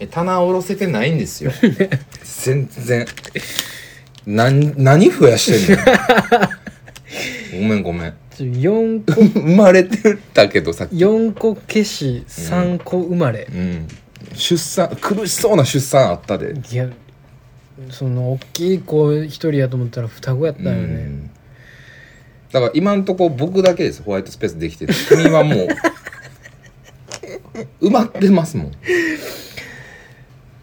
え棚下ろせてないんですよ 全然なん何増やしてんの ごめんごめんちょ4個 生まれてたけどさっき、 4個消し3個生まれ、うん、出産苦しそうな出産あったで、いやその大きい子一人やと思ったら双子やったうよね、ん、だから今んとこ僕だけですホワイトスペースできてる君は もう埋まってますもん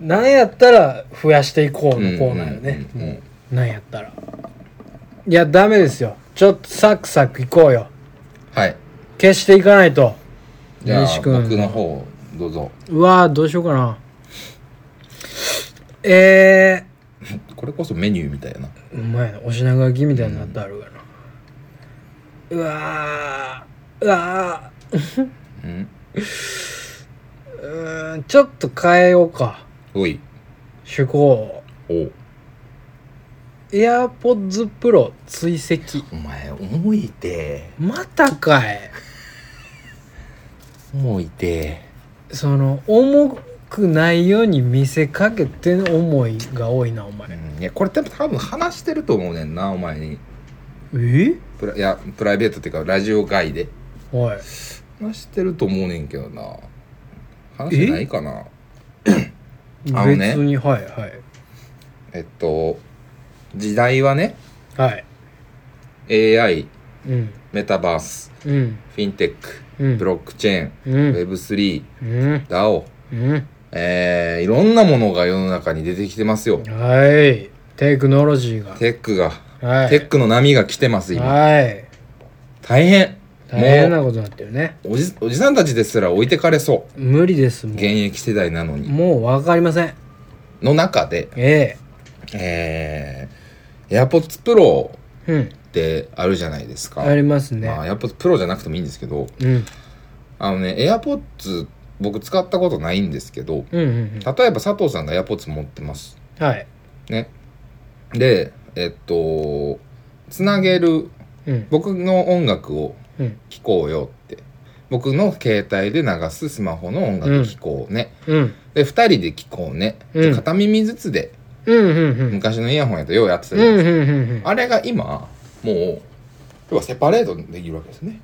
なんやったら増やしていこうのコーナーよね、うんうんうんうんなんやったらいやダメですよちょっとサクサクいこうよはい消していかないとじゃあ西僕君の方どうぞうわーどうしようかなえこれこそメニューみたいやなー、うまいなお品書きみたいになったあるからな、うわーうわうんーうーんちょっと変えようかおい趣向をおうエアポッズプロ追跡お前重いてまたかい重いてその重くないように見せかけての思いが多いなお前うんいやこれ多分多分話してると思うねんなお前にえプラいやプライベートっていうかラジオ外でおい話してると思うねんけどな話してないかなあのね別にはいはいえっと時代はねはい AI うんメタバースうんフィンテック、うんブロックチェーン、うん Web3 うん DAO うんえー、いろんなものが世の中に出てきてますよはいテクノロジーがテックが、はいテックの波が来てます今はい大変大変もなことになってるねうおじおじさんたちですら置いてかれそ無理ですもうう現役世代なのにもう分かりませんの中でええー、AirPods Pro えうんってあるじゃないですか、ありますね、まあ、AirPods Pro じゃなくてもいいんですけどうんあのね AirPods 僕使ったことないんですけどうんう例んえば佐藤さんが AirPods 持ってますうんはいねでえっとつなげるうん僕の音楽をうん聴こうよって僕の携帯で流すスマホの音楽聴こうね、うんで2人で聴こうね、うんで片耳ずつでうんうんうん昔のイヤホンやとようやってたうんじゃないですか、うんうんうんあれが今もう要はセパレートできるわけですね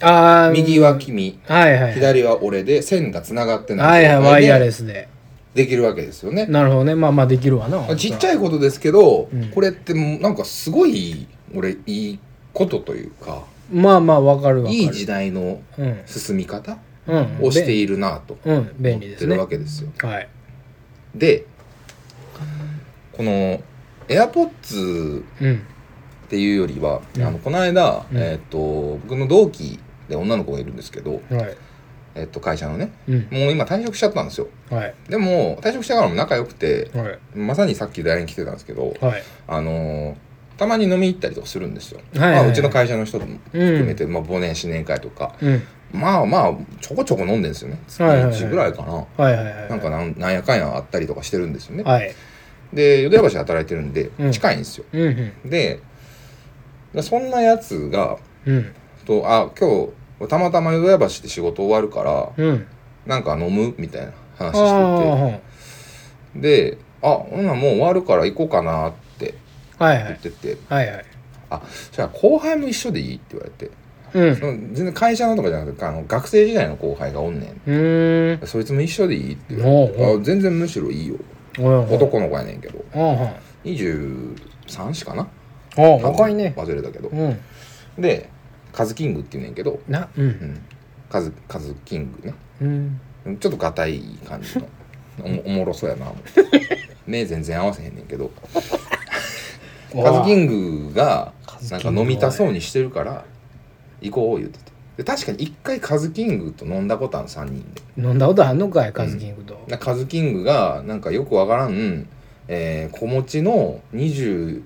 あー右は君はいはい左は俺で線がつながってなはいいはいワイヤレススでできるわけですよねなるほどねまあまあできるわなちっちゃいことですけど、うんこれってもうなんかすごい俺いいことというかまあまあわかるわかるいい時代のうん進み方うんをしていいるなとうん思便っ利でてするねわけですよ。はいでこの AirPods うんっていうよりは、うんあのこの間、うんえー、と僕の同期で女の子がいるんですけど、はいえー、と会社のねうんもう今退職しちゃったんですよはいでも退職してからも仲良くてはいまさにさっき LINE 来てたんですけど、はいあのーたまに飲み行ったりとかするんですよ、はいはいはいまあ、うちの会社の人も含めて、まあ、忘年新年会とかうんまあまあちょこちょこ飲んでんですよね月はいはいはい1ぐらいかな、はいはいはいなんかなんなんやかんやあったりとかしてるんですよね、はいで淀屋橋で働いてるんでうん近いんですよ、うんうんでそんなやつがうんとあ今日たまたま淀屋橋で仕事終わるからうんなんか飲むみたいな話ああしててであほんならもう終わるから行こうかなってはいは言っいてて、はいはいあじゃあ後輩も一緒でいいって言われてうんその全然会社のとかじゃなくてあの学生時代の後輩がおんねんうーんそいつも一緒でいいって言わおうれておうあ全然むしろいいよおう男の子やねんけどおうおう23しかなおう若いね忘れたけどうんでカズキングって言うねんけど、なううんん、カズカズキングねうんちょっとがたい感じのおもおもろそうや な思って目全然合わせへんねんけどカズキングがカズキなんかングはね飲みたそうにしてるから行こう言っててで確かに一回カズキングと飲んだことある3人で飲んだことあんのかいカズキングとでカズキングがなんかよくわからん、えー、子持ちの22、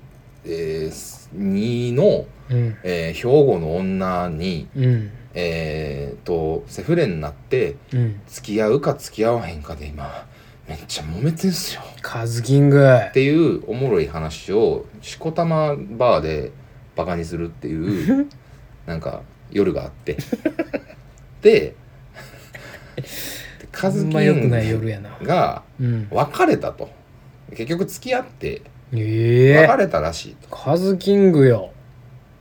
えー、の、うんえー兵庫の女にうんえー、とセフレになってうん付き合うか付き合わへんかで今めっちゃ揉めてんすよカズキングっていうおもろい話をしこたまバーでバカにするっていう なんか夜があってでカズほんキま良くンない夜グやながうん別れたと結局付き合ってええ別れたらしいとカズキングよ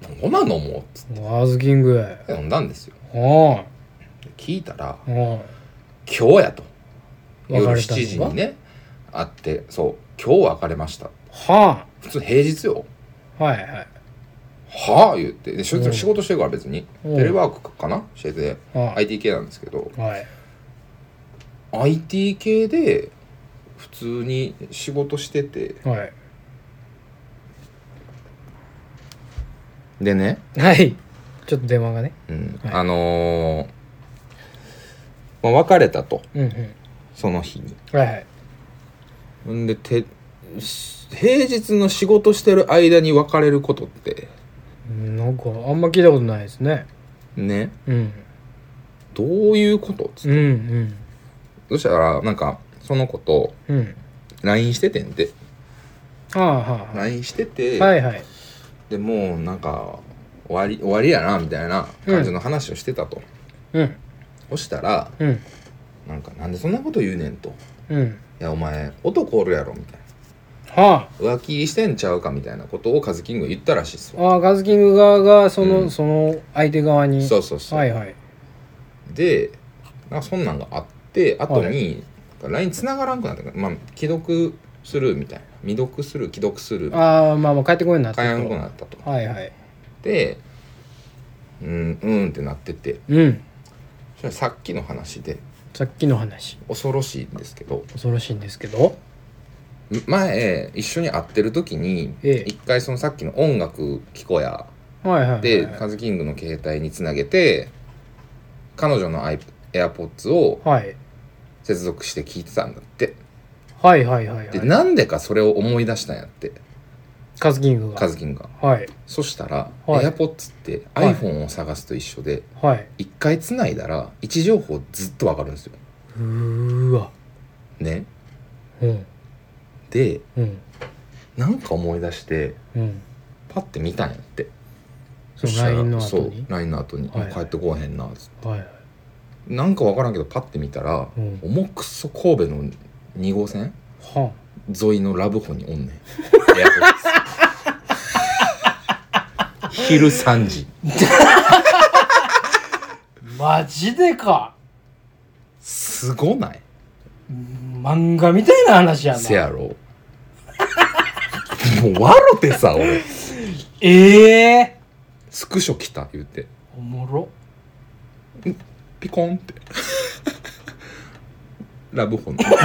「ごま飲もう」っつっカズキングやて飲んだんですよは聞いたらいは「今日や」とい別夜れた7の時がにね会ってそう「今日別れましたは」普通平日よあはいはいはあ言ってでしうんょ仕事してるから別にうんテレワークかなしててはい IT 系なんですけどはい IT 系で普通に仕事しててはいでね、はいちょっと電話がねうんはいあのーまあ、別れたとうんうんその日にはいはいんでてし平日の仕事してる間に別れることってうんなんかあんま聞いたことないですねねうんどういうことつっうんうんそしたらなんかその子とうん。 LINE しててんではあはあは LINE してて、あ。はいはい。でもうなんか終わり終わりやなみたいな感じの話をしてたと、うんそしたらうんなんかなんでそんなこと言うねんとうん。いやお前男おるやろみたいはな浮気してんちゃうかみたいなことをカズキングが言ったらしいっすあ。わああ、ガズキング側がその、うんその相手側に。そうそうそう、はいはい。でなんかそんなんがあって後に LINE 繋がらんくなったから、まあ、既読するみたいな未読する既読するああ、まあまあ帰ってこいになった買えんとくなったとはいはい。でうんうんってなっててうん。それさっきの話でさっきの話。恐ろしいんですけど恐ろしいんですけど。前一緒に会ってる時にええ一回そのさっきの音楽聞こやはいはい、はい。ではカズキングの携帯につなげて彼女の iP- AirPods をい。接続して聞いてたんだってはいはいはいではい。なんでかそれを思い出したんやってカズキングが。カズキングがはいそしたらはい AirPods ってはい iPhone を探すと一緒ではい。一回つないだら位置情報ずっとわかるんですようーわ。ねうんでうんなんか思い出してうん。パッて見たんやってそのしたら LINE のそ後うに。 LINE の後に、はいはい帰ってこうへんなっつってはいはい。なんかわからんけどパッて見たら、うん重くそ神戸の2号線は沿いのラブホにおんねん エアポッツ昼3時あ。マジでか。すごない漫画みたいな話やせやろ もう笑ってさ俺ええスクショ来た言うておもろピコンって ラブ ホの待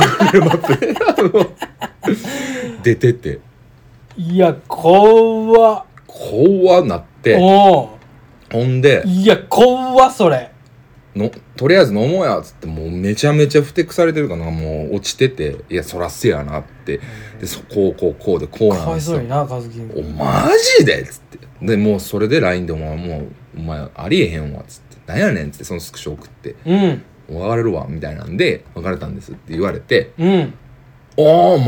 ってあの出てていや怖っ怖なっておほんでういや怖っそれのとりあえず飲もうやっつってもうめちゃめちゃふてくされてるかなもう落ちてていやそらせやなってでそこうこうこうでこうかなんわでいすそうよになカズキンおグマジでっつってでもうそれで LINE で「お前もうお前ありえへんわ」っつって「なんやねん」っつってそのスクショ送ってうん「もう別れるわ」みたいなんで「別れたんです」って言われてうん「おー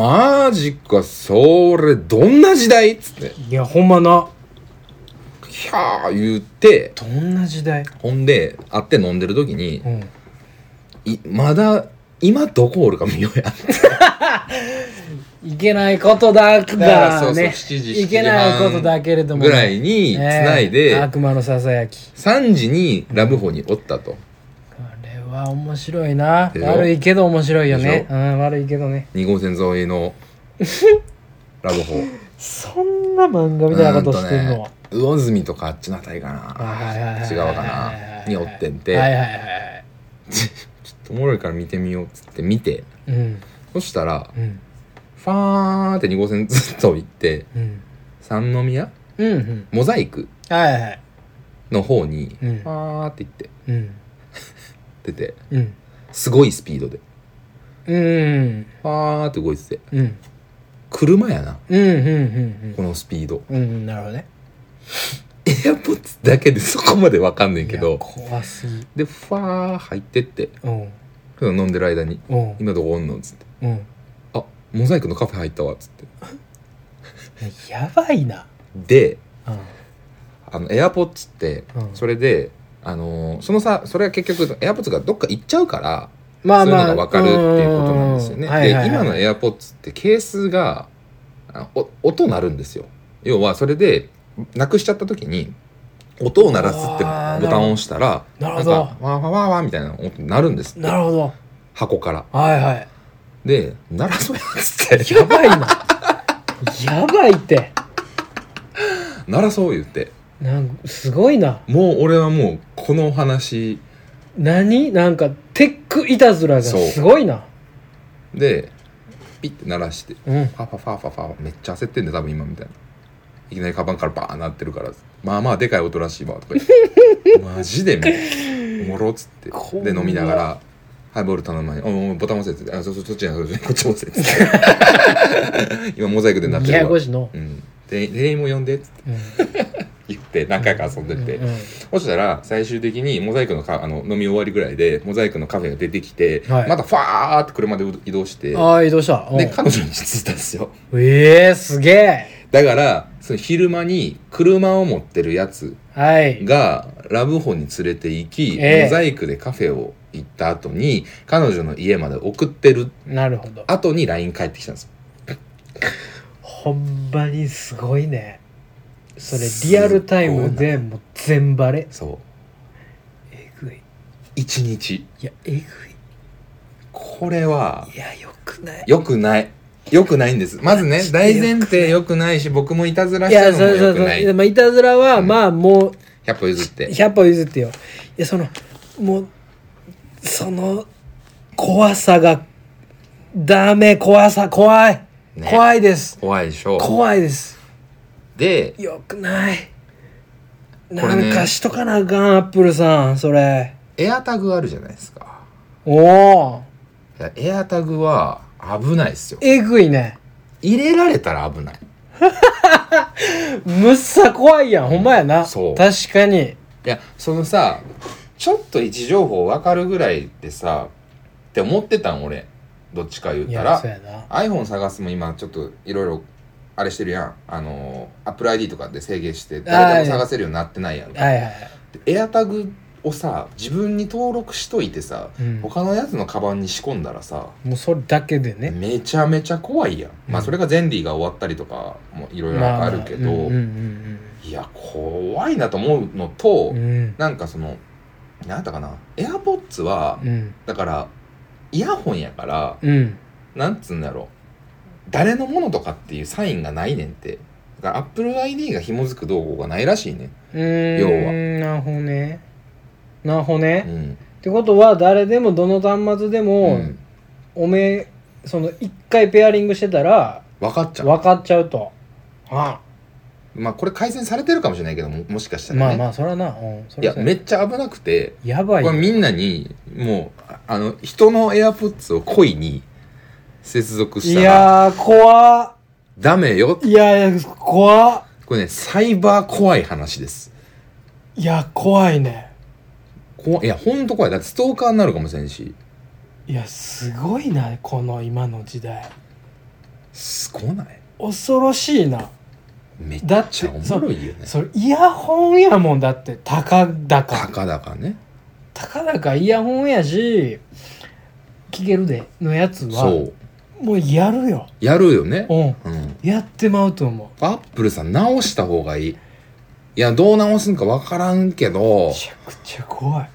マジかそれどんな時代?」っつっていやほんまな「ひゃー」言ってどんな時代ほんで会って飲んでる時にうん「いまだ今どこおるか見ようや」いけないことだだだからそうそうね7時いけないことだけれどもぐらいにつないで、ねえ悪魔のささやき3時にラブホにおったとこれは面白いなでしょ悪いけど面白いよねでしうん悪いけどね2号線沿い のラブホそんな漫画みたいなことしてんのうーんはとね魚住とかあっちの辺りかはいはいはないはい違うかなにおってんはいてはいはいちょっとおもろいから見てみようっつって見てうんそしたらうんファーンって2号線ずっと行ってうん三宮うんうんモザイクはいはいの方にうフんァーって行ってうん出てうんすごいスピードでうんファーって動いててうんうん車やなうんうんこのスピードうんうんなるほどねエアポッツだけでそこまでわかんねんけいやど怖すぎでファー入ってってうん飲んでる間にうん「今どこおんの?」っつってうん「あモザイクのカフェ入ったわ」っつってやばいなでうんあのエアポッツってうんそれで、あのーそのさそれは結局エアポッツがどっか行っちゃうからまあそういうまのあが分かるっていうことなんですよね。うんはいはいはいで今の AirPods ってケースがあお音鳴るんですよ。要はそれでなくしちゃった時に音を鳴らすってボあータンを押したらななるほんどかわーわーわーわーみたいな音鳴るんですってなるほど箱から。はいはいで鳴らそうやつってやばいなやばいって鳴らそう言ってなんかすごいなもう俺はもうこのお話何なんかテックいたずらがそうすごいなでピッて鳴らしてうんパパパパパパめっちゃ焦ってんね多分今みたいないきなりカバンからバーンなってるからまあまあでかい音らしいわとか言ってマジでみたいなおもろっつってこんなで飲みながらハイボール頼む前におい「おいボタン押せ」っつって「あそそそっちじゃないこっち押せ」っつって 今モザイクでなってややるこわしいのうんで店員も呼んでっつってうん言って何回か遊んでて、うんうんそしたら最終的にモザイクのかあの飲み終わりぐらいでモザイクのカフェが出てきて、はいまたファーって車で移動してでああ移動したうん彼女に着いたんですよええすげえだからその昼間に車を持ってるやつはいがラブホに連れて行き、ええモザイクでカフェを行った後に彼女の家まで送ってるなるほど後に LINE 返ってきたんですよほんまにすごいねそれリアルタイムでもう全バレそうえぐい一日いやえぐいこれはいやよくない良くない良くないんですまず ね大前提良くないし僕もいたずらいしたやのそもうそ良うくなそういでもいたずらは、まあも100歩譲ってう100歩譲ってよいやそのもうその怖さがダメ怖さ怖い、ね怖いです怖いでしょ怖いですでよくないこなれねんかしとかなあかんアップルさんそれエアタグあるじゃないですかおおいやエアタグは危ないですよえぐいね入れられたら危ないむっさ怖いやんほんまやなそう確かにいやそのさちょっと位置情報分かるぐらいでさって思ってたん俺どっちか言ういたやらそうやな iPhone 探すも今ちょっといろいろあれしてるやんあの AppleID とかで制限して誰でも探せるようになってないやんはいはいエアタグをさ自分に登録しといてさ、うん他のやつのカバンに仕込んだらさもうそれだけでねめちゃめちゃ怖いやん、まうあんそれがゼンリーが終わったりとかもいろいろまあるけど、うんうんいや怖いなと思うのと、うんうんなんかその何だかな AirPods はうんだからイヤホンやからうんなんつうんだろう誰のものとかっていうサインがないねんってだから AppleID が紐づく動向がないらしいねん、うーん要はなるほどねなるほどね、うっんてことは誰でもどの端末でうも、んおめえその一回ペアリングしてたら分かっちゃう分かっちゃうとあまあこれ改善されてるかもしれないけどももしかしたらね、まあまあそらな、うん、そいらやそうめっちゃ危なくてやばいこよれみんなにもうああの人の AirPods を故意に接続いしたらやー怖っダメよいやー怖っこれねサイバー怖い話ですいや怖いね怖いいやほんと怖いだってストーカーになるかもしれんしいやすごいなこの今の時代すごない恐ろしいなめっだってちゃおもろいよねそれイヤホンやもんだってたかだたかかだかねたかだかイヤホンやし聞けるでのやつそはうもうやるよやるよねうんうんやってまうと思アップルさん直した方がいいいやどう直すんかわからんけうどめちゃくちゃ怖い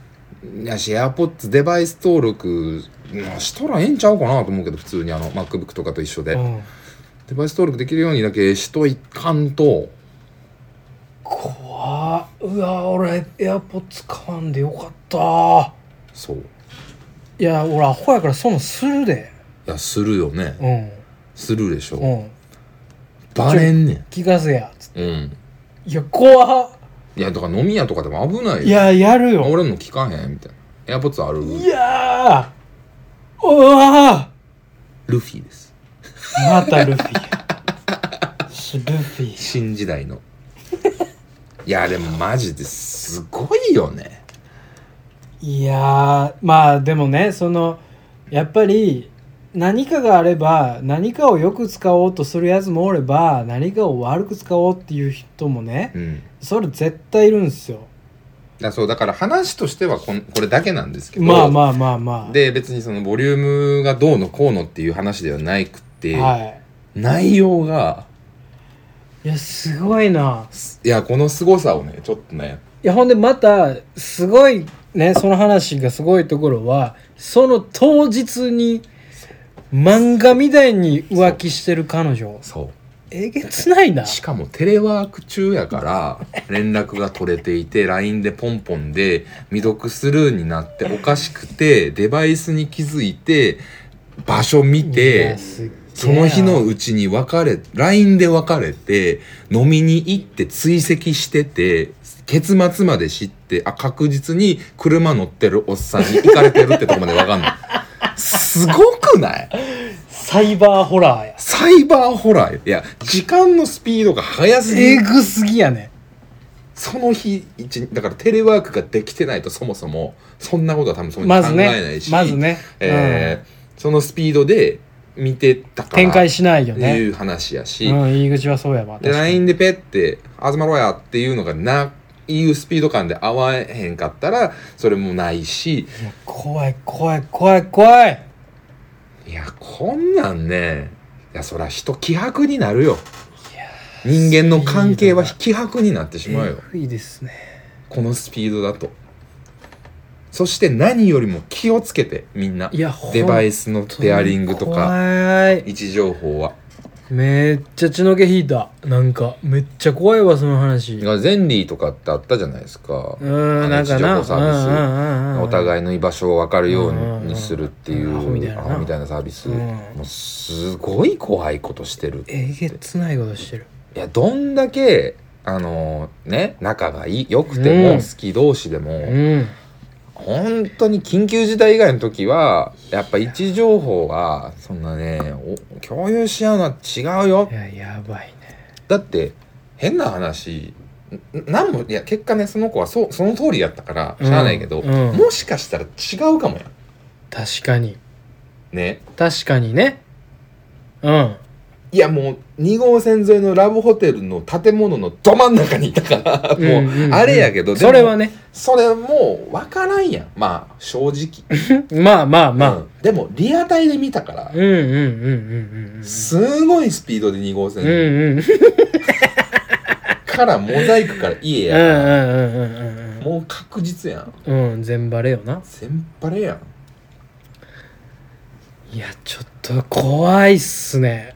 いやし AirPods デバイス登録まあしたらええんちゃうかなと思うけど普通にあの MacBook とかと一緒で、うんデバイス登録できるようにだけしといかんと怖っうわ俺エアポッツ買わんでよかったそういいや俺アホやからそんなんするでやするよねうんするでしょ、うんバレんね聞かせやつってんうんいや怖っいやだから飲み屋とかでも危ないよいややるよ俺の聞かへんみたいな AirPods あるいやーうわルフィですーまたルフィしルフィ新時代の いやでもマジですごいよねいやーまあでもねそのやっぱり何かがあれば何かをよく使おうとするやつもおれば何かを悪く使おうっていう人もねうんそれ絶対いるんですよだそうだから話としてはこんこれだけなんですけどまあまあまあまあ。で別にそのボリュームがどうのこうのっていう話ではなくて、は内容がい。いや、すごいな。いやこの凄さをねちょっとねいや、ほんでまた、すごい、ね、その話がすごいところは、その当日に、漫画みたいに浮気してる彼女。そえげつないうな。しかもテレワーク中やから連絡が取れていて LINE でポンポンで未読スルーになっておかしくてデバイスに気づいて場所見いてやすっげえなその日のうちに別れ LINE で別れて飲みに行って追跡してて結末まで知ってあ確実に車乗ってるおっさんに行かれてるってとこまで分かんないすごくないサイバーホラーや。サイバーホラーよいや時間のスピードが速すぎえるぐすぎやね。その日一だからテレワークができてないとそもそもそんなことは多分そんなまにず考えなねいし、まずね、えーそのスピードで見てたうんから展開ししないよいね、う話やし、うん、入り口はそうやわで確かに LINE でペッて「あずまろうや」っていうのがないいうスピード感で合わへんかったらそれもないしいや怖い怖い怖い怖いいやこんなんねいやそりゃ人気迫になるよ人間の関係は気迫になってしまうよいいですねこのスピードだとそして何よりも気をつけてみんないやデバイスのペアリングとか怖い位置情報はめっちゃ血の毛引いたなんかめっちゃ怖いわその話だからゼンリーとかってあったじゃないですかうーあのんなんかな位置情報サービスうんうんうんうんお互いの居場所を分かるようんうんううんにするっていうアホみたいななアホみたいなサービス、うんもうすごい怖いことしてるえげつないことしてるいやどんだけあのね仲がいい良くても、うん好き同士でも、うん本当に緊急事態以外の時はやっぱ位置情報はそんなねお共有し合うのは違うよいややばいねだって変な話んなんもいや結果ねその子はそうその通りやったからしゃあないけど、うんうんもしかしたら違うかもや確かにね確かにねうんいやもう2号線沿いのラブホテルの建物のど真ん中にいたから、んもんうんあれやけど、でもそれはねそれもう分からんやんまあ正直まあまあまあ、うんでもリアタイで見たから、うんうんうんうんうんうんすごいスピードで2号う線、んうんうんからモザイクから家やから、うんうんうんうんもう確実やんうんうん全バレよな全バレやんいやちょっと怖いっすね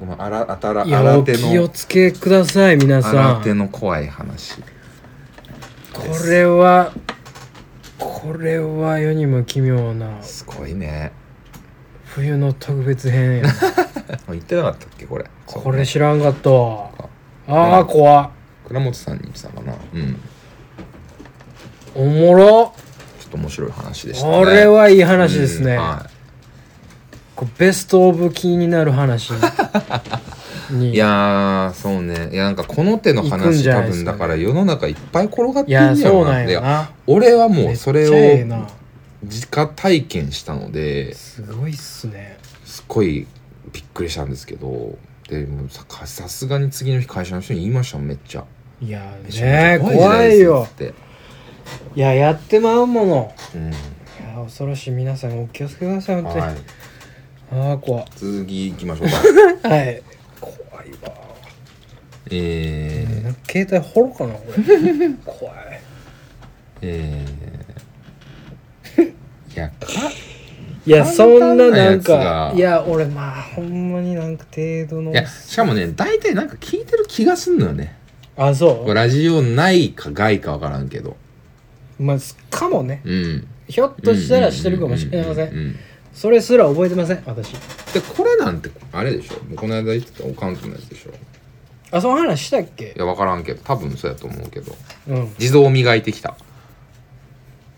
お前あらあたらいや新お手気をのつけください皆さ新手んの怖い話これはこれは世にも奇妙なすごいね冬の特別 編や言ってなかったっけこれこれ知らんかったかああ怖っ倉本さんに言ってたかなうんちおもろょっと面白い話でしたねこれはいい話ですうねんはこうベストオブ気になる話に い、いやーそうねいやなんかこの手の行くん話じゃ多ないです分かだかねら世の中いっぱい転がっていんねややろそうなんやいやな俺はもうそれめっちゃええをな直体験したのですごいっすねすっごいびっくりしたんですけどでもうさかさすがに次の日会社の人に言いましたもんめっちゃいやめちゃねめちゃ怖い時代よですって、いややってまうものうんいや恐ろしい皆さんお気をつけください本当に、はい、ああ怖い次行きましょう かはい怖いわえー、なんか携帯掘ろうかなこれ怖いえー、いやか いやそんな簡単なんなやかつがいや俺まあほんまになんか程度のいやしかもね大体なんか聞いてる気がすんのよねあそうラジオないか外かわからんけどまあかもねうんひょっとしたらしてるかもしれませうんうんんうんそれすら覚えてません私でこれなんてあれでしょもうこの間言ってたおかんとのやつでしょいあその話したっけやわからんけど多分そうやと思うけどうん自動磨いてきた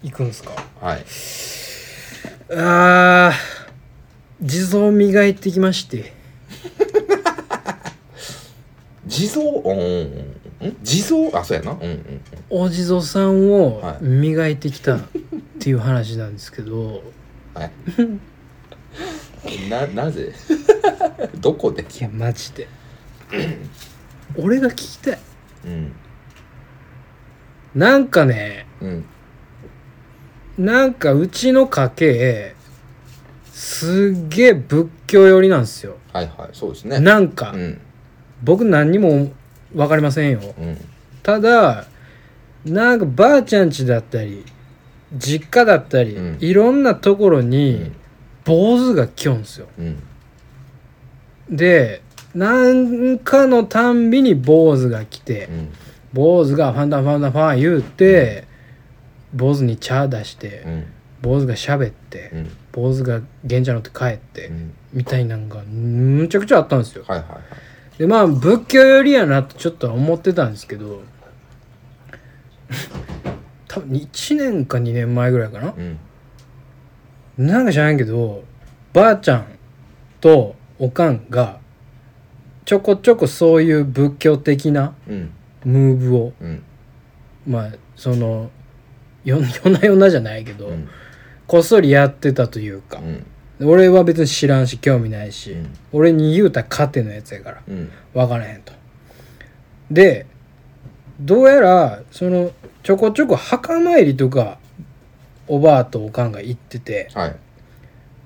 行くんすかはいあー地蔵磨いてきまして地蔵うんうんうんん地蔵あそうやなうんうんうんお地蔵さんをはい磨いてきたっていう話なんですけど、はいななぜ どこでい、やマジで俺が聞きたいうんなんかねうんなんかうちの家系すっげえ仏教寄りなんですよはいはいそうですねなんか、うん僕何にも分かりませんようんただなんかばあちゃん家だったり実家だったり、うんいろんなところに、うん坊主が来よんですようんでなんかのたんびに坊主が来て、うん坊主がファンダンファンダンファン言うて、坊主に茶出して、うん坊主が喋って、うん坊主が玄茶乗って帰って、うんみたいなんがむちゃくちゃあったんですよはいはいはいでまあ仏教寄りやなとちょっとは思ってたんですけど 多分1年か2年前ぐらいかなうんなんか知らんけどばあちゃんとおかんがちょこちょこそういう仏教的なうんムーブをうんまあそのよ夜な夜なじゃないけど、うんこっそりやってたというか、うん俺は別に知らんし興味ないし、うん俺に言うたら勝手のやつやからうん分からへんとでどうやらそのちょこちょこ墓参りとかおばあとおかんが行っててはい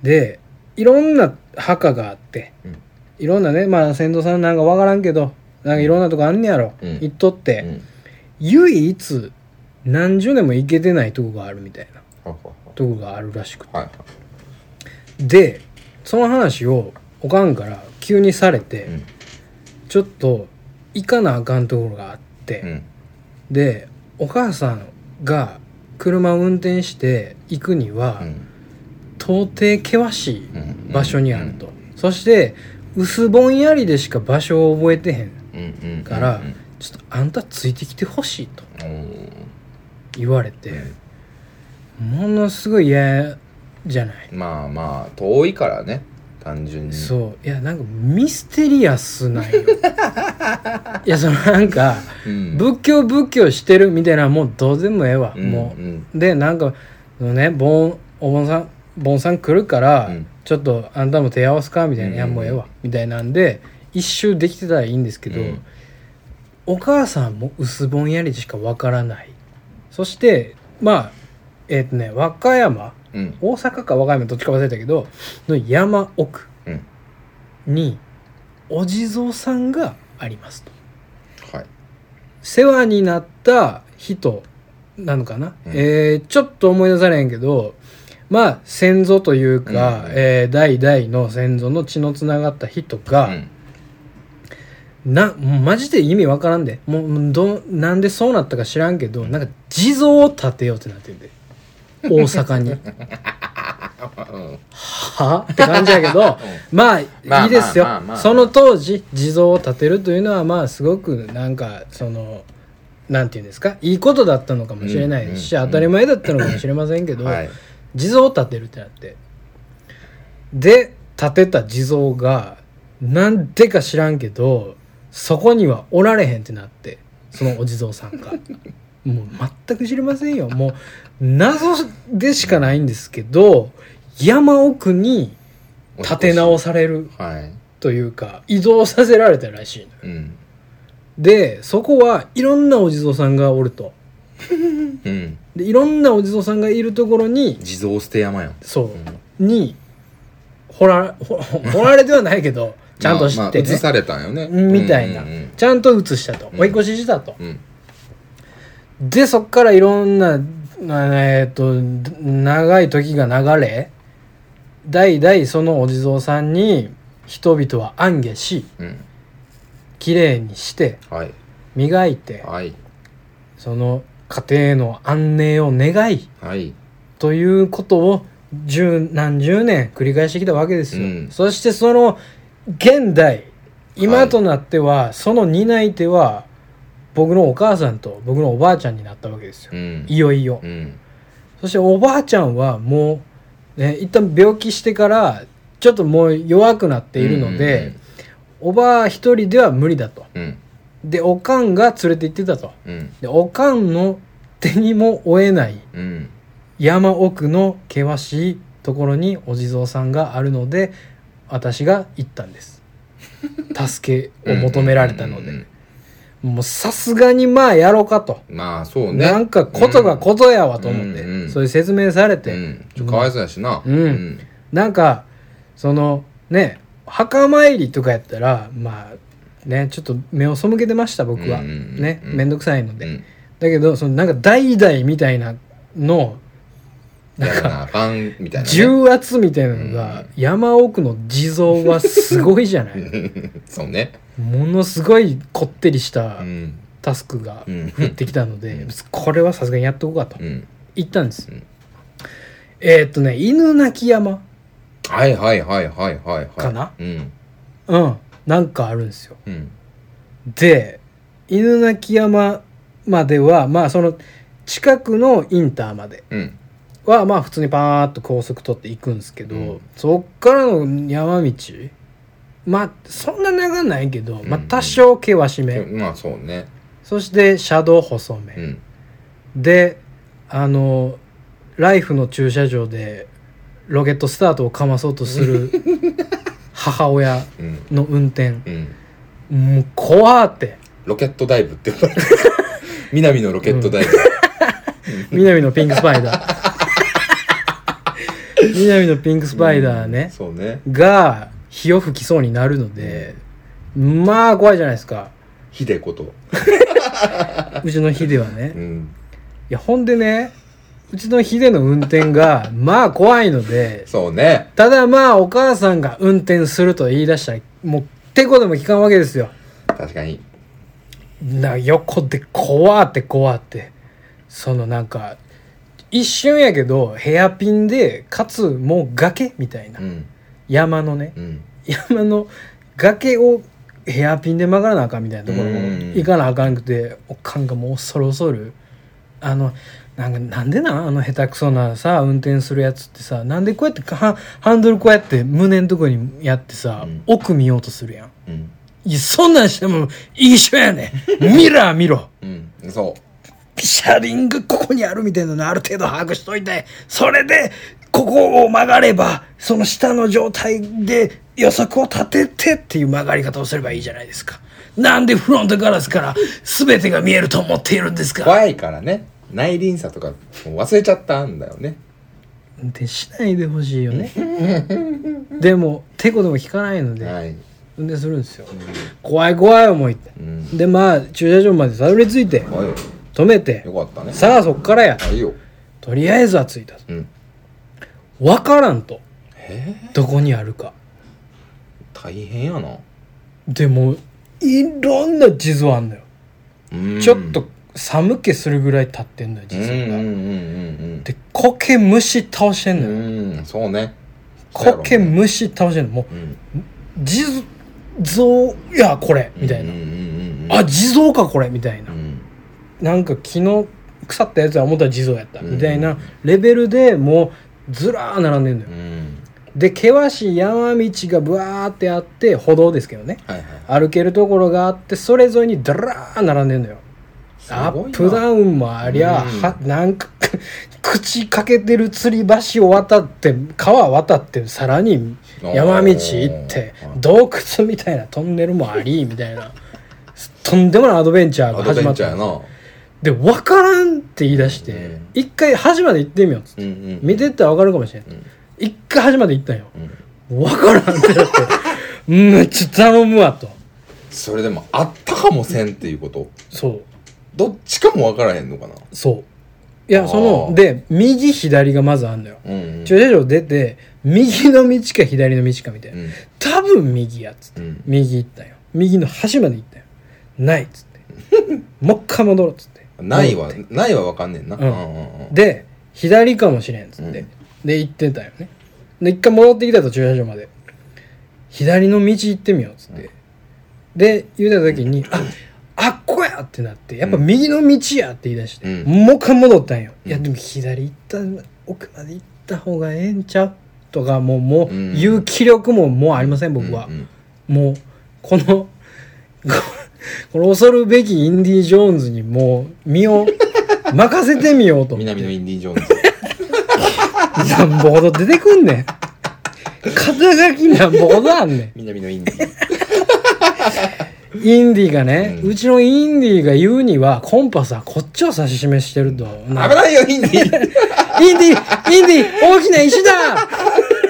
でいろんな墓があって、うんいろんなねまあ先祖さんなんか分からんけどなんかいろんなとこあんねやろ、うん行っとって、うん唯一何十年も行けてないとこがあるみたいなはいとこがあるらしくてはいはいでその話をおかんから急にされて、うんちょっと行かなあかんところがあって、うんでお母さんが車を運転して行くには、うん到底険しいうん場所にあると、そして薄ぼんやりでしか場所を覚えてへんうんうんうんから、うんちょっとあんたついてきてほしいとう言われて、ものすごい嫌じゃない、んまあまあ遠いからね単純にそういやなんかミステリアスな んよいやそのなんかうん仏教仏教してるみたいなもうどうでもええわ、うんもうんうでなんかそのね盆お盆さん盆さん来るから、うんちょっとあんたも手合わすかみたいな、うんいやもうええわみたいなんで一周できてたらいいんですけど、うんお母さんも薄ぼんやりでしかわからないそしてまあえっ、とね和歌山うん大阪か和歌山どっちか忘れたけどの山奥うんにお地蔵さんがありますとはい世話になった人なのかな、うんえーちょっと思い出されへんけどまあ先祖というか、うんえー代々の先祖の血のつながった人が、うんなマジで意味わからんでもうもうどなんでそうなったか知らんけど、なんか地蔵を建てようってなってんで大 阪にはあって感じやけどまあいまあいですよまあまあまあその当時地蔵を建てるというのはまあすごくなんかそのなんていうんですかいいことだったのかもしれないし、うんうんうん当たり前だったのかもしれませんけど、はい地蔵を建てるってなってで建てた地蔵がなんでか知らんけどそこにはおられへんってなってそのお地蔵さ んがもう全く知りませんよもう謎でしかないんですけど山奥に建て直されるはいというか移動させられたらしいのうんでそこはいろんなお地蔵さんがおるとうんでいろんなお地蔵さんがいるところに地蔵捨て山やんそう、に掘らほ掘られてはない けどちゃんと知って、まあね移されたんよねみたいな、うんうんちゃんと移したとうん追い越ししたと、うんでそっからいろんななえっと長い時が流れ代々そのお地蔵さんに人々は安下しうんうん綺麗にしてはい磨いてはいその家庭の安寧を願いはいということを十何十年繰り返してきたわけですよ、うんそしてその現代今となっては、その担い手は僕のお母さんと僕のおばあちゃんになったわけですよ、うんいよいよ、うんそしておばあちゃんはもう、ね、一旦病気してからちょっともう弱くなっているので、おばあ一人では無理だとうんでおかんが連れて行ってたとうんでおかんの手にも負えないうん山奥の険しいところにお地蔵さんがあるので私が行ったんです助けを求められたのうんうんでもうさすがにまあやろうかと、まあそうねなんかことがことやわと思って、うんうんうんそういう説明されて、うん、ちょっとかわいそうやしなうんなんかそのね墓参りとかやったらまあねちょっと目を背けてました僕は、うんうんうんうんね面倒くさいのうで、んだけどそのなんか代々みたいなのやらなあかんみたいな、ね、重圧みたいなのが山奥の地蔵はすごいじゃないそうねものすごいこってりしうたんタスクがうん降ってきたので、うんこれはさすがにやっとこうかとうん言ったんです、うんえーっとね犬鳴山はいはいはいはいはいはいかなうんうんなんかあるんですようんで犬鳴山まではまあその近くのインターまでうんはまあ普通にパーッと高速取っていくんですけど、うんそっからの山道まあそんな長ないけど、まあ、うん多少険しめ、まあそうねそして車道細め、うんであのライフの駐車場でロケットスタートをかまそうと する母親うんの運転うんもう怖ってロケットダイブって言われて 南のロケットダイブ、南のピンクスパイダ ー南のピンクスパイダーね、そうねが火を吹きそうになるので、まあ怖いじゃないですかひでことうちのヒデはね、ういんやほんでねうちのヒデの運転がまあ怖いのでそうねただまあお母さんが運転すると言い出したらもうてこでも聞かんわけですよ確かにな横で怖って怖ってそのなんか一瞬やけどヘアピンでかつもう崖みたいな、うん山のねうん山の崖をヘアピンで曲がらなあかんみたいなところもうん行かなあかんくておかんがもう恐る恐るあのなんかなんでなんあの下手くそなさ運転するやつってさなんでこうやってかハンハンドルこうやって胸のとこにやってさ、うん奥見ようとするやんうんいやそんなんしても一緒やねんミラー見ろうんそ車輪がここにあるみたいなのある程度把握しといてそれでここを曲がればその下の状態で予測を立ててっていう曲がり方をすればいいじゃないですかなんでフロントガラスから全てが見えると思っているんですうか怖いからね内輪差とかもう忘れちゃったんだよね運転しないでほしいよねでもてこでも聞かないのではい運転するんですよ怖い怖い思いってうんでまあ駐車場までたどり着いてはい止めてよかったねさあそっからやあいいよとりあえずは着いたとうんわからんとえーどこにあるか大変やなでもいろんな地蔵あんのよ、うんちょっと寒気するぐらい立ってんのよう地んうんう蔵んが、うんで苔虫倒してんうのよ、んうんそうね苔そうやろうね虫倒してんのもううん地蔵やこれみたいな、うんうんうんうんあ地蔵かこれみたいうな、んなんか木の腐ったやつは思ったら地蔵やった、うんみたいなレベルでもうずらー並んでんのよう、んで険しい山道がブワーってあって歩道ですけどねはいはい歩けるところがあってそれぞれにダラー並んでんのよすアごいッなプダウンもありゃ、うんはなんか 口かけてる吊り橋を渡って川渡ってさらに山道行っておー洞窟みたいなトンネルもあり みたいなとんでもないアドベンチャーがアド始ベまンっチャーたやなで分からんって言い出して、うん一回端まで行ってみようっつって、うんうん見てったら分かるかもしれない、うん一回端まで行ったんようん分からんってなって うんちょっと頼むわとそれでもあったかもせんっていうことそうどっちかも分からへんのかなそういやあーそので右左がまずあんのよ、うんうん駐車場出て右の道か左の道かみたいな、うん多分右やっつって、うん右行ったんよ右の端まで行ったんよないっつって もう一回戻ろうっつってないはないは分かんねんなうんうんうんうんで左かもしれんっつって、うんで行ってたよねで一回戻ってきたと駐車場まで左の道行ってみようっつって、で言うた時に「ああっこや!」ってなってやっぱ右の道やって言い出して、うんもう一回戻ったんよ、うんいやでも左行った奥まで行った方がええんちゃうとかもうもううん言う気力ももうありません僕は、うんうんもうこのここの恐るべきインディ・ジョーンズにもう身を任せてみよ うと思って南のインディ・ジョーンズなんぼほど出てくんねん。肩書きなんぼほどあんね南のインディインディがね、うんうちのインディが言うにはコンパスはこっちを指し示してると危危ないよ、インディインディインディ大きな石だ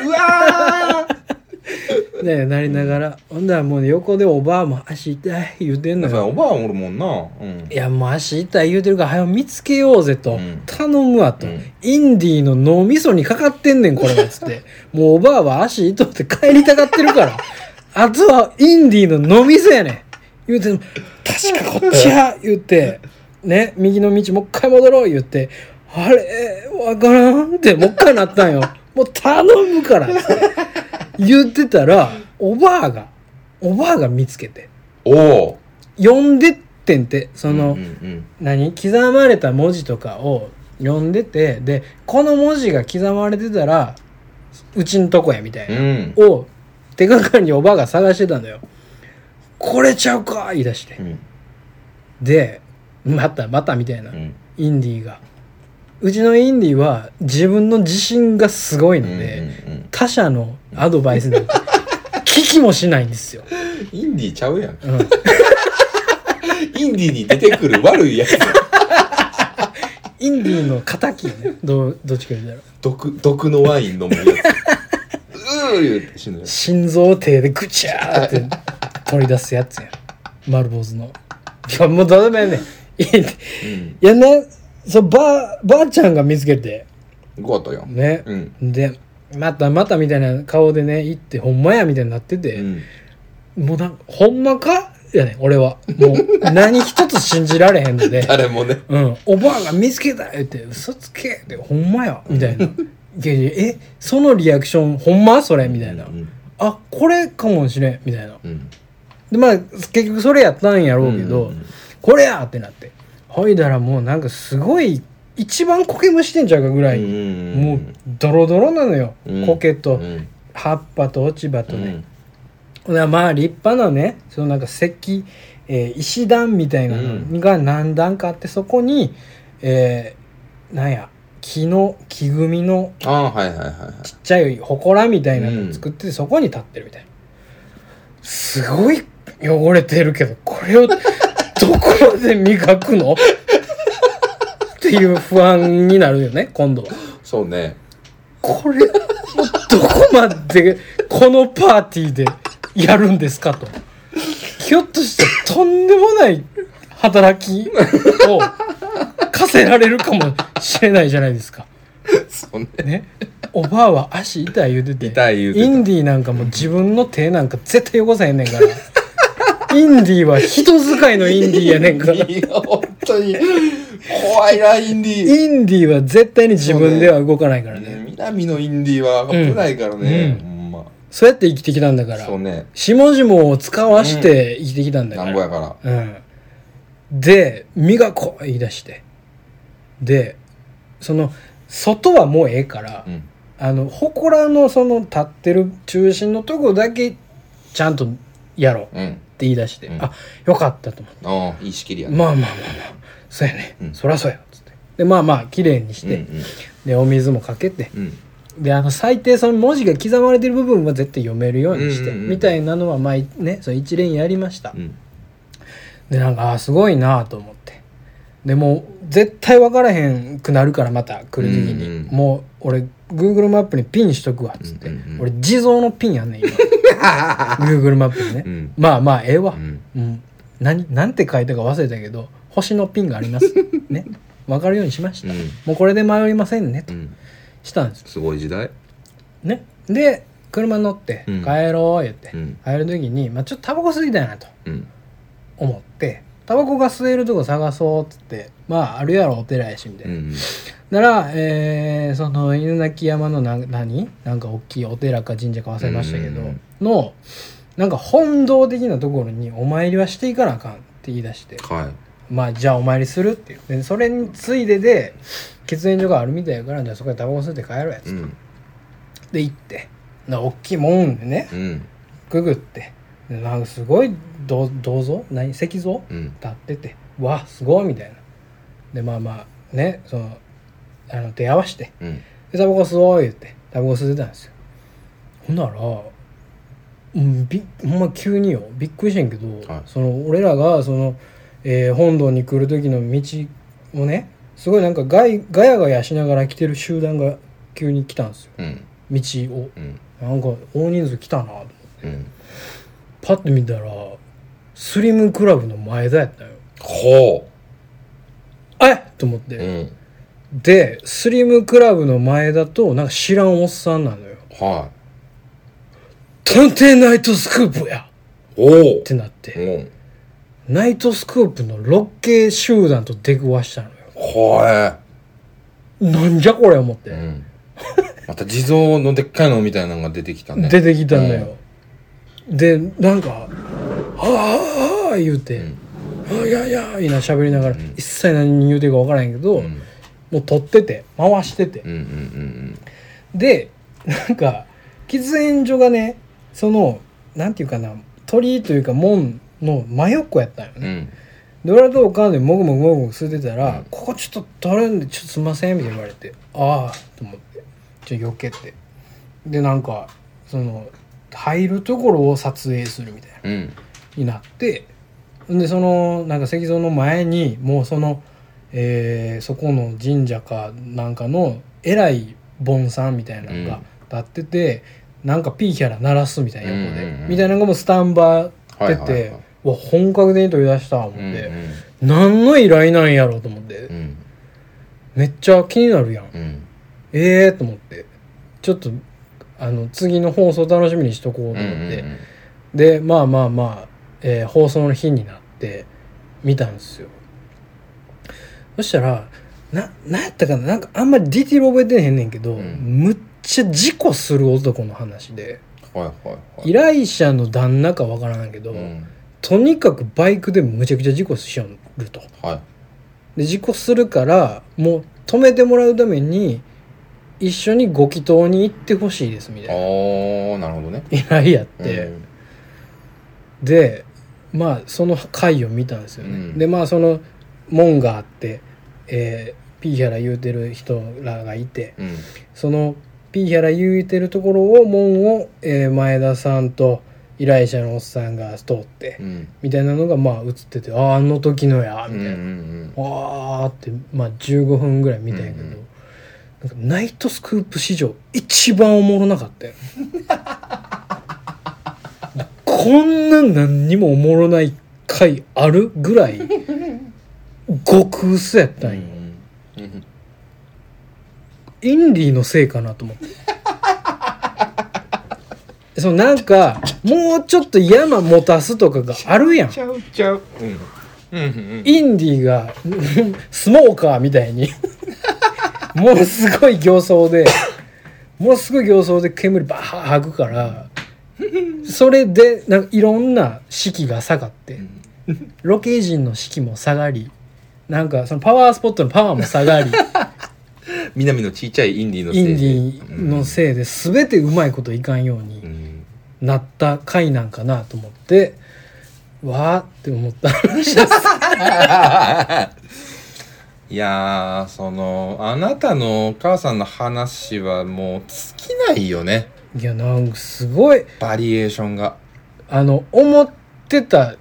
うわーねなりながら、ほんだらもう横でおばあも足痛い言うてんのだからよ。おばあおるもんな。うんい。やもう足痛い言うてるから早く見つけようぜと、うん頼むわと、うんインディの脳みそにかかってんねんこれはっつってもうおばあは足痛って帰りたがってるから あとはインディの脳みそやねん言うて確かこっちや言うてね右の道もう一回戻ろう言うてあれわからんってもう一回なったんよもう頼むからっつって言ってたらおばあがおばあが見つけておお。呼んでってんてそうんの、うん何刻まれた文字とかを読んでてでこの文字が刻まれてたらうちのとこやみたいうん。な、うんを手がかりにおばあが探してたんだよこれちゃうか言い出して、うんでまたまたみたいな、うんインディーがうちのインディーは自分の自信がすごいのうんうんで、うん他者のアドバイス なんて聞きもしないんですよ、インディちゃうやん。うんインディに出てくる悪いやつ。 インディーの敵やねどうどっちか言うたら毒、毒のワイン飲むやつ。うー言って死ぬやつ。心臓を手でぐちゃーって取り出すやつや丸坊主のいやもうどうでもええねんいやうん。いやねそうばあばあちゃんが見つけてゴートよ。ね、うん。でまたまたみたいな顔でね行ってほんまやみたいになってうて、ん。もうなんかほんまかやねん俺はもう 何一つ信じられへんので誰もね。うん、おばあが見つけた言って嘘つけってほんまやみたいないやいやえそのリアクションほんまそれみたいな、うんあこれかもしれんみたいなうん。でまあ結局それやったんやろうけど、うんうんうんこれやってなってほいだらもうなんかすごい一番苔むしてんちゃうかぐらい、もうドロドロなのよ、うん苔うとん葉っぱと落ち葉とうね、んほなまあ立派なねそのなんか石、えー石段みたいなのが何段かあって、そこに、えーなんや木の木組みのああ、はいはいはいはい。ちっちゃい祠みたいなのを作って、そこに立ってるみたいなすごい汚れてるけどこれをどこで磨くのっていう不安になるよね今度はそうね。これもうどこまでこのパーティーでやるんですかとひょっとしてとんでもない働きを課せられるかもしれないじゃないですかそうね。ねおばあは足痛い言うてて痛い言うてたインディーなんかもう自分の手なんか絶対汚さへんねんから インディーは人使いのインディーやねんからいや、本当に。怖いな、インディインディーは絶対に自分では動かないからねね南のインディは危ないからね。うんほんま。そうやって生きてきたんだからそうね。下々を使わして生きてきたんだかなんぼら、やから。うんで身がこう言い出してでその外はもうええから、うん。あの祠のその立ってる中心のとこだけちゃんとやろうってうん。言い出して、うんあよかったと思ってああ、いい仕切りやね。まあまあまあまあそうやね、うんそらそうやっつってでまあまあ綺麗にしうんうて、んでお水もかけてうん。であの最低その文字が刻まれてる部分は絶対読めるようにして、うんうんうんみたいなのはまあねそう一連やりました、うん。でなんかあーすごいなと思ってでもう絶対分からへんくなるからまた来る時に、うんうんもう俺 Google マップにピンしとくわっつって、うんうんうん俺地蔵のピンやんねん 今 Google マップにね、うんまあまあええわ、うんうん、何何て書いたか忘れたけど星のピンがあ りますね分かるようにしました、うんもうこれで迷いませんねうとん。したんですすごい時代。ねで車乗ってうん帰ろう言って、うん帰る時に、まあ、ちょっとタバコ吸いたいなとうん。思ってタバコが吸えるとこ探そうっつってまああるやろお寺やしみたいうな、ん。なら、えーその犬鳴山のな何なんか大きいお寺か神社か忘れましたけど、うんうんのなんか本堂的なところにお参りはしていかなあかんって言い出してはまあじゃあお参りするっていうでそれについでで喫煙所があるみたいやからじゃあそこでタバコ吸って帰ろうやい。つ、うん。で行ってな大きいもんでね、うん。ググってでなんかすごい銅銅像何石像うん。立っててわあすごいみたいなでまあまあねそのあの手合わしてうん。でタバコ吸おう言ってタバコ吸ってたんですよほんならうんびほんま急によびっくりしてんけど、はいその俺らがその、えー本堂に来る時の道をねすごいなんかガイガヤガヤしながら来てる集団が急に来たんですようん道をうんなんか大人数来たなとうんパッと見たらスリムクラブの前田やったよほえっと思って、ううんでスリムクラブの前田となんか知らんおっさんなのよは「探偵ナイトスクープや!」いおおってなって、うんナイトスクープの6系集団と出くわしたのよはなんじゃこれ思って、いうんまた地蔵のでっかいのみたいなのが出てきたね出てきたんだよ、でなんか「ああ」言うてうん「あいやいや」いな喋りながら、一切何言うてるか分からへんけうど、んもう取ってて回してて、うんうんうんでなんか喫煙所がねそのなんていうかな鳥居というか門の真横やったんよねうんうんで俺らとおかんでもぐもぐもぐもぐ吸ってたらう「んここちょっと取れんでちょっとすんません」みたいに言われて「ああ」と思ってちょっと避けてでなんかその入るところを撮影するみたいなうんになってんでそのなんか石像の前にもうその、えーそこの神社かなんかの偉い盆さんみたいなのが立ってて、なんかピーキャラ鳴らすみたいな横で、うんうんうんみたいなのがもうスタンバーは出いてはいはいうわ本格的に飛び出した思って、うんうん何の依頼なんやろうと思って、うんめっちゃ気になるやん、うんええー、と思ってちょっとあの次の放送楽しみにしとこうと思って、でまあまあまあ、えー放送の日になって見たんですよそしたらななんやったかななんかあんまりディティール覚えてへんねんけど、んむっちゃ事故する男の話ではいはいはい依頼者の旦那かわからんけど、うんとにかくバイクでむちゃくちゃ事故しよるとはいで事故するからもう止めてもらうために一緒にご祈祷に行ってほしいですみたいなああなるほどね依頼やって、うんでまあその回を見たんですよね、うんでまあその門があって、えーピーヒャラ言うてる人らがいてうんそのピーヒャラ言うてるところを門を、えー前田さんと依頼者のおっさんが通って、うんみたいなのがまあ映ってて「あああの時のや」うみんたいうなんわーって、まあ、15分ぐらい見たんやけど、うんうんなんかナイトスクープ史上一番おもろなかったよ こんな何にもおもろない回あるぐらい極薄やったんよ、うんうんインディーのせいかなと思って。 そのなんかもうちょっと山持たすとかがあるやんちゃうちゃう。うんうんインディーがうんスモーカーみたいにものすごい形相でものすごい形相で煙バー吐くからそれでなんかいろんな士気が下がってロケ陣の士気も下がりなんかそのパワースポットのパワーも下がり南のちっちゃいインディーのイせいでンディーのせいで全てうまいこといかんよううにんなった回なんかなと思ってわーって思った話です。いやーそのあなたのお母さんの話はもう尽きないよねいやなんかすごいバリエーションがあの思ってた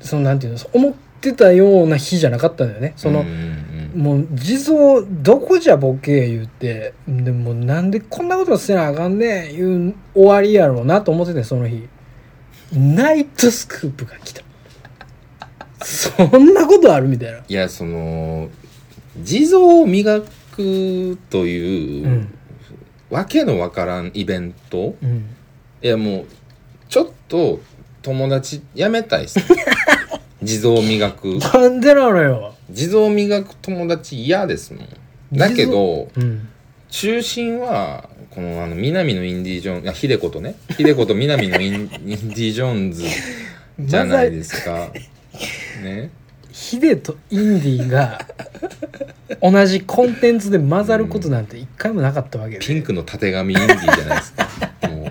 そのなんていうの思ってたような日じゃなかったんだよねその、うんうんもう地蔵どこじゃボケ言うてでもなんでこんなことせなあかんねんいう終わりやろうなと思っててその日ナイトスクープが来たそんなことあるみたいないやその地蔵を磨くという、うんわけのわからんイベントうんいやもうちょっと友達やめたいっ す地蔵磨くなんでなのよ地蔵磨く友達嫌ですもんだけどうん中心はこのあの南のインディ・ジョーンズあ秀子とね秀子と南 のインインディ・ジョーンズじゃないですかねヒデとインディが同じコンテンツで混ざることなんて一回もなかったわけでピンクのたてがみインディじゃないですかも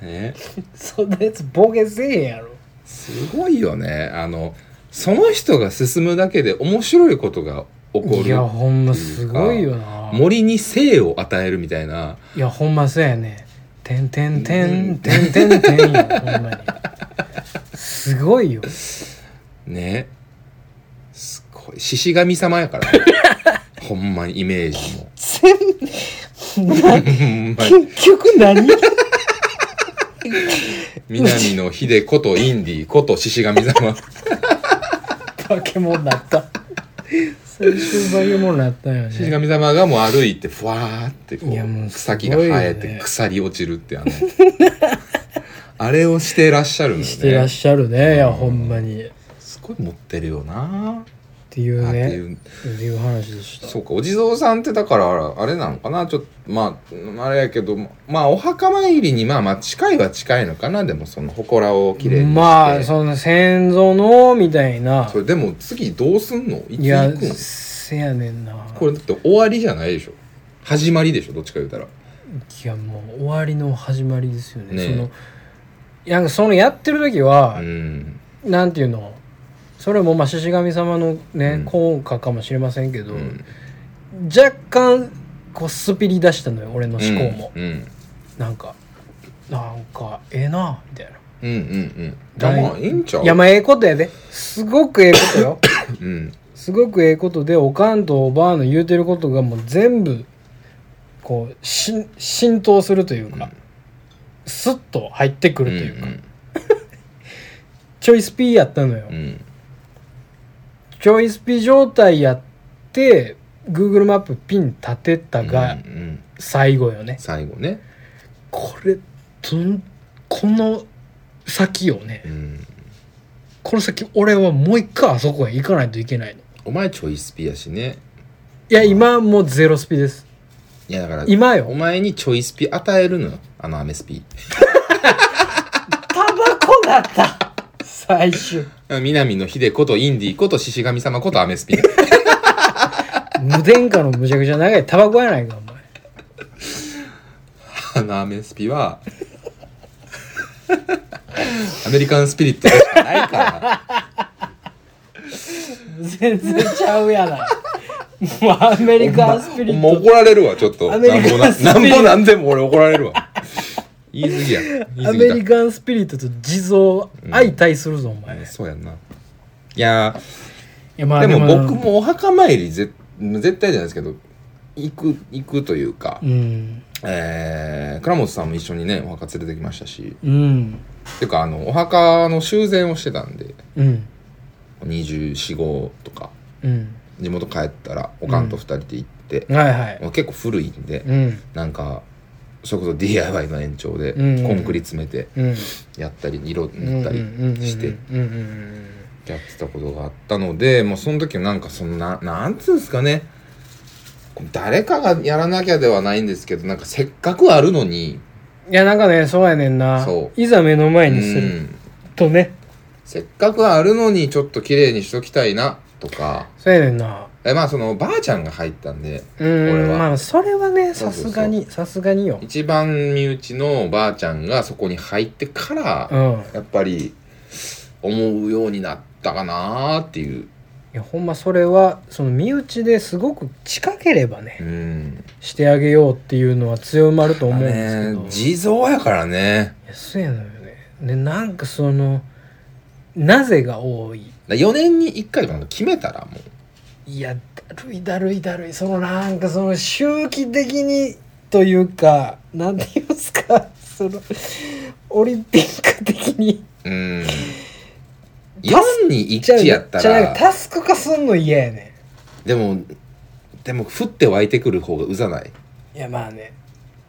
うねそんなやつボケせえへんやろすごいよねあのその人が進むだけで面白いことが起こいやるほんますごいよな森に生を与えるみたいないやほんまそうやねてんてんてんてんてんてんよほんまにすごいよねすごい獅子神様や から、ね、ほんまにイメージも全ほんまに結局何南の秀子とインディこと獅子神様化け物だった最終化け物だったよ獅子ね神様がもう歩いてふわーってこいやもううす草ごい木よがね生えて腐り落ちるってあ のあれをしてらっしゃるのねしてらっしゃるねいやほんまにっすごい持ってるよなていうあってねいうっていう話でしたそうかお地蔵さんってだからあれなのかなちょっとまああれやけどまあお墓参りにまあまあ近いは近いのかなでもその祠をきれいにしてまあその先祖のみたいなそれでも次どうすんのいついや行くのせやねんなこれだって終わりじゃないでしょ始まりでしょどっちか言うたらいやもう終わりの始まりですよねねえそのいやそのやってる時はう、んなんていうのそれもまあ獅子神様のね、うん効果かもしれませんけど、うん若干こうすっぴり出したのよ俺の思考も、うんなんかなんかええなみたいなうんうんうんじゃあ大まあいいんちゃういやまあええことやですごくええことよ うんすごくええことでおかんとおばあの言うてることがもう全部こうし浸透するというか、スッと入ってくうんるというか、ちょいスピーやったのよ、うんうんちょいスピ状態やって Google マップピン立てたうがんうん最後よね、最後ねこれどんこの先をねうんこの先俺はもう一回あそこへ行かないといけないのお前ちょいスピやしねいや今もうゼロスピですいやだから今よお前にちょいスピ与えるのよあのアメスピタバコだった最終南の秀子とインディこと獅子神様ことアメスピ無殿下のむちゃくちゃ長いタバコやないかお前あのアメスピはアメリカンスピリットでしかないから全然ちゃうやないもうアメリカンスピリッもうト怒られるわちょっとアメなんリぼカンなスピリットなんぼなんでも俺怒られるわ言い過ぎや言い過アメぎたリカンスピリットと地蔵相対するぞお前、いそうやんないややまーでも僕もお墓参りぜ絶対じゃないですけど行く行くというか、うんえー倉本さんも一緒にねお墓連れてきましたしうんていうかあのお墓の修繕をしてたんでうん245とかうん地元帰ったらおかんと2人で行って、はいはいまあ結構古いんで、うんなんかそれこそ DIY の延長でコうんンクリ詰めてうんやったり色塗ったりしてうんうんうんうんうんうんやってたことがあったのでもうその時はなんかそんななんつうんですかねこう誰かがやらなきゃではないんですけどなんかせっかくあるのにいやなんかねそうやねんなそいざ目の前うにするんとねせっかくあるのにちょっと綺麗にしときたいなとかそうやねんなえまあそのばあちゃんが入ったんでう俺んはまあそれはねそさうそうそすうがにさすがによ一番身内のばあちゃんがそこに入ってから、うんやっぱり思うようになったかなーっていういやほんまそれはその身内ですごく近ければねうんしてあげようっていうのは強まると思うんですねけど地蔵やからねいやそうやのよねでなんかそのなぜが多い4年に1回とかなんか決めたらもういやだるいだるいだるいそのなんかその周期的にというかなんていうんですか そのオリンピック的にうん4に1やったじゃあなんらかタスク化すんの嫌やねでもでも降って湧いてくる方がうざない、んいやまあね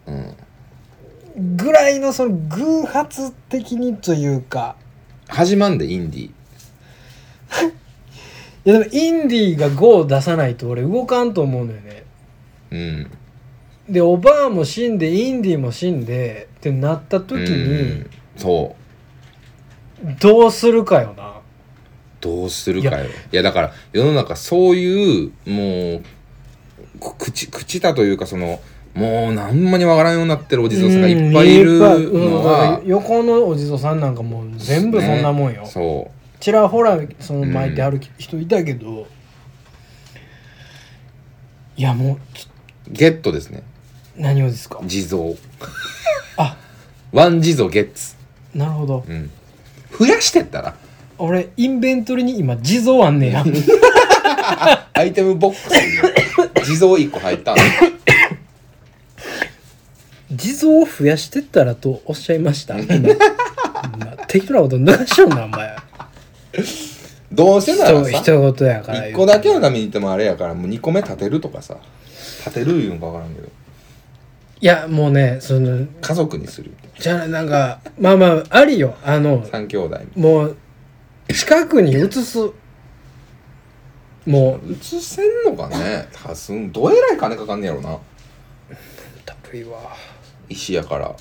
うん、ぐらいのその偶発的にというか始まんでインディいやでもインディーが5を出さないと俺動かんと思うのよねうんでおばあも死んでインディーも死んでってなった時うにんそうどうするかよなどうするかよいやだから世の中そういうもうく口口だというかそのもう何まにわからんようになってるお地蔵さんがいっぱいいるのうんいっぱいはうん横のお地蔵さんなんかもう全部そんなもんよ、そちらほらその巻いてある人いたけど、いやもうちょうゲットですね何をですか地蔵あワン地蔵ゲッツ、なるほどうん、増やしてったら俺インベントリに今地蔵あんねやアイテムボックスに地蔵1個入ったんで地蔵を増やしてったらとおっしゃいました今今適当なこと流しようなお前どうせなら人さ人事やから言う1個だけはダメに言ってもあれやからもう2個目立てるとかさ立てるいうんか分からんけどいやもうねその家族にするじゃあなんかまあまあありよあの3兄弟もう近くに移すもう映せんのかね多数どえらい金かかんねやろなたっぷりは石やから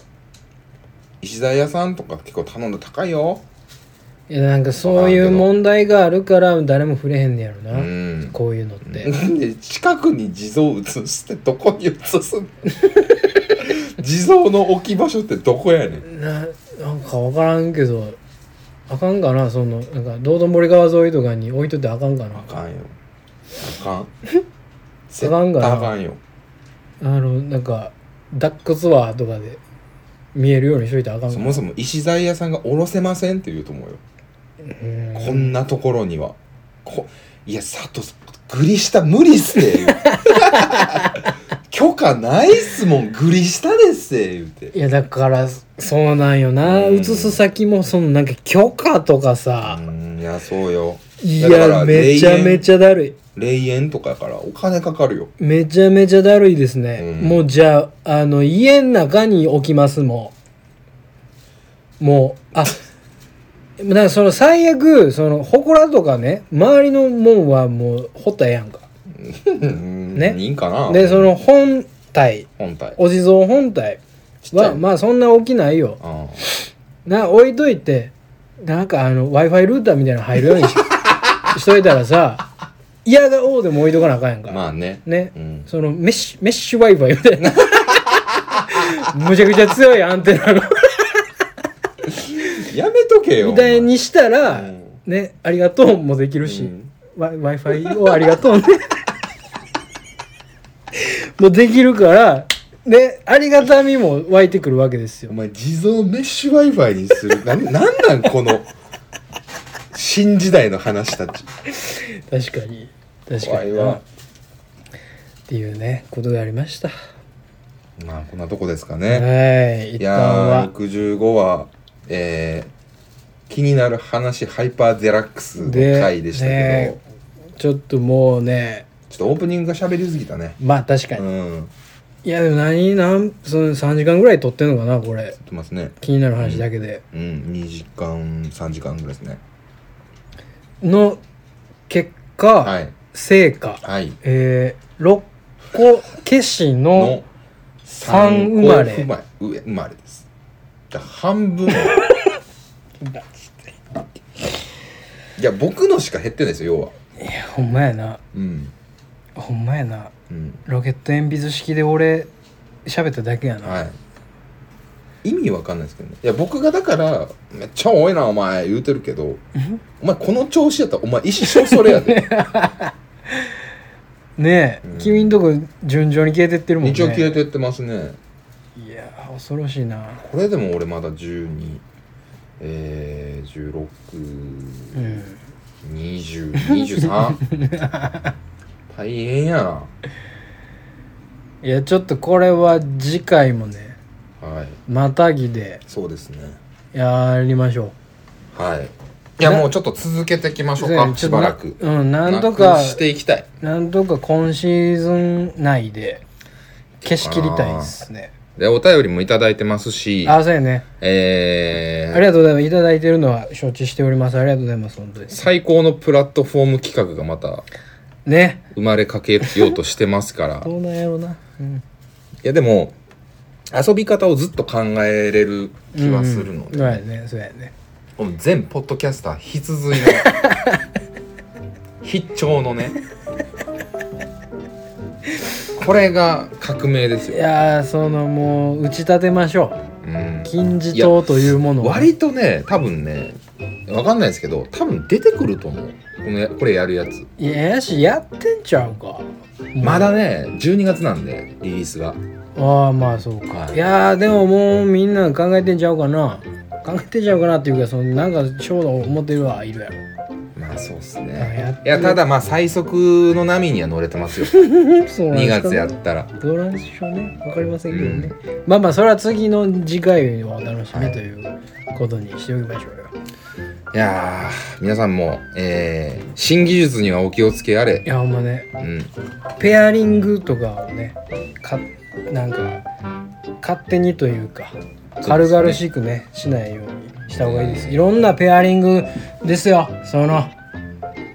石材屋さんとか結構頼んだ高いよいやなんかそういう問題があるから誰も触れへんねやろうな、んこういうのって、で近くに地蔵移すってどこに移すん地蔵の置き場所ってどこやねんななんか分からんけどあかんかなそのなんか道頓堀川沿いとかに置いといてあかんかなあかんよあかん あかんがなあかんよあのなんかダックツアーとかで見えるようにしといてあかんそかもなそも石材屋さんがおろせませんって言うと思うよ、うんこんなところにはこいや佐藤さんグリ下無理っすね 許可ないっすもんグリ下ですって言うていやだからそうなんよなうん移す先もそのなんか許可とかさう、んいやそうよいだかやらめちゃめちゃだるい霊園とかやからお金かかるよめちゃめちゃだるいですね、うんもうじゃああの家の中に置きますもんもうあだからその最悪その祠とかね周りのもんはもう掘ったらええやんかねいいんかなでその本体本体お地蔵本体ちっちゃいはまあそんな大きないよあな置いといてなんかあの w i f i ルーターみたいなの入るように ししといたらさ嫌がおうでも置いとかなあかんやんか、まあねね、うんそのメッシュメッシュ Wi-Fi みた いなむちゃくちゃ強いアンテナのやめとけよみたいにしたうら、んねありがとうもできるお前し、うんわ Wi-Fi をありがとうねもうできるからねありがたみも湧いてくるわけですよお前地蔵メッシュ Wi-Fi にするなんなんなんこの新時代の話たち確かに確怖かいにわなっていうねことがありましたまあこんなとこですかねはい一い旦やーは65話えー、気になる話ハイパーデラックスの回でしたけど、ねちょっともうねちょっとオープニングが喋りすぎたねまあ確かに、うんいやでも何何その3時間ぐらい撮ってんのかなこれ言ってますね気になる話だけで、うん2時間3時間ぐらいですねの結果、はい成果はいえー、六個消しのの三生まれ生まれ上生まれですだから半 分いや僕のしか減ってないですよ要はほんまやなうんほんまやなうんロケット鉛筆式で俺喋っただけやな、はい意味わかんないですけどねいや僕がだから「めっちゃ多いなお前」言うてるけどお前この調子やったらお前一生それや でねえ、うん君んとこ順調に消えてってるもんね一応消えてってますねいやー恐ろしいなこれでも俺まだ12えー、16うん 2023大変やいやちょっとこれは次回もなねはいまたぎでそうですねやりましょうはいいやもうちょっと続けていきましょうねかちょしっとばならくうんなんとかなくしていきたいなんとか今シーズン内で消し切りたいですねでお便りもいただいてますしあそうやねえーありがとうございますいただいてるのは承知しておりますありがとうございます本当に最高のプラットフォーム企画がまたね生まれかけようとしてますから いどうなんやろうな、うん、やでも遊び方をずっと考えれる気はするので、そうやねそうやねこの全ポッドキャスター必髄の 必聴のね これが革命ですいよ、やーそのもう打ち立てましょううん、金字塔というものを割とね多分ねわかんないですけど多分出てくると思うこのやこれやるやついややしやってんちゃうかまだね12月なんでリリースがああまあそうか、はいい、やーでももうみんな考えてんちゃうかな考えてんちゃうかなっていうかそのなんか衝動思ってるはいるやろまあそうっすやっねていやただまあ最速の波には乗れてますよ2そうなんですか月やったらどうなんでしょうねわかりませんけどね、まあまあそれは次の次回をお楽しみということにしておきましょうよ、い、いやー皆さんも、えー新技術にはお気をつけあれ、やほんまねうん、ペアリングとかをねかなんか勝手にというか軽々しくねしないようにした方がいいですいろんなペアリングですよその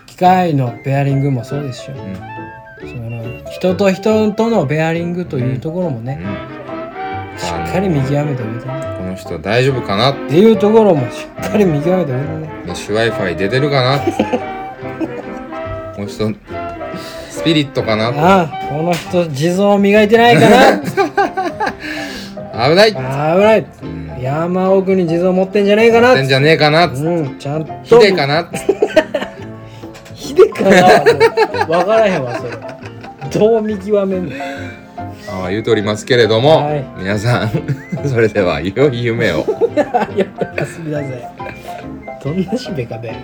機械のペアリングもそうですし、その人と人とのペアリングというところもうんね、しっかり見極めておいてねこの人大丈夫かなっていうところもしっかり見極めておいてねメッシュ Wi-Fi 出てるか なこの人スピリットかなああこの人地蔵磨いてないかな危ないっ危ない山奥に地蔵持ってんじゃねえかなてんじゃねえかなうん、ちゃんと。ヒデかなヒデかなはわからへんわ、それ。どう見極めんの ああ言うておりますけれども、はい皆さん それでは良い夢を。いや、おやすみなさい。どんなしべかで。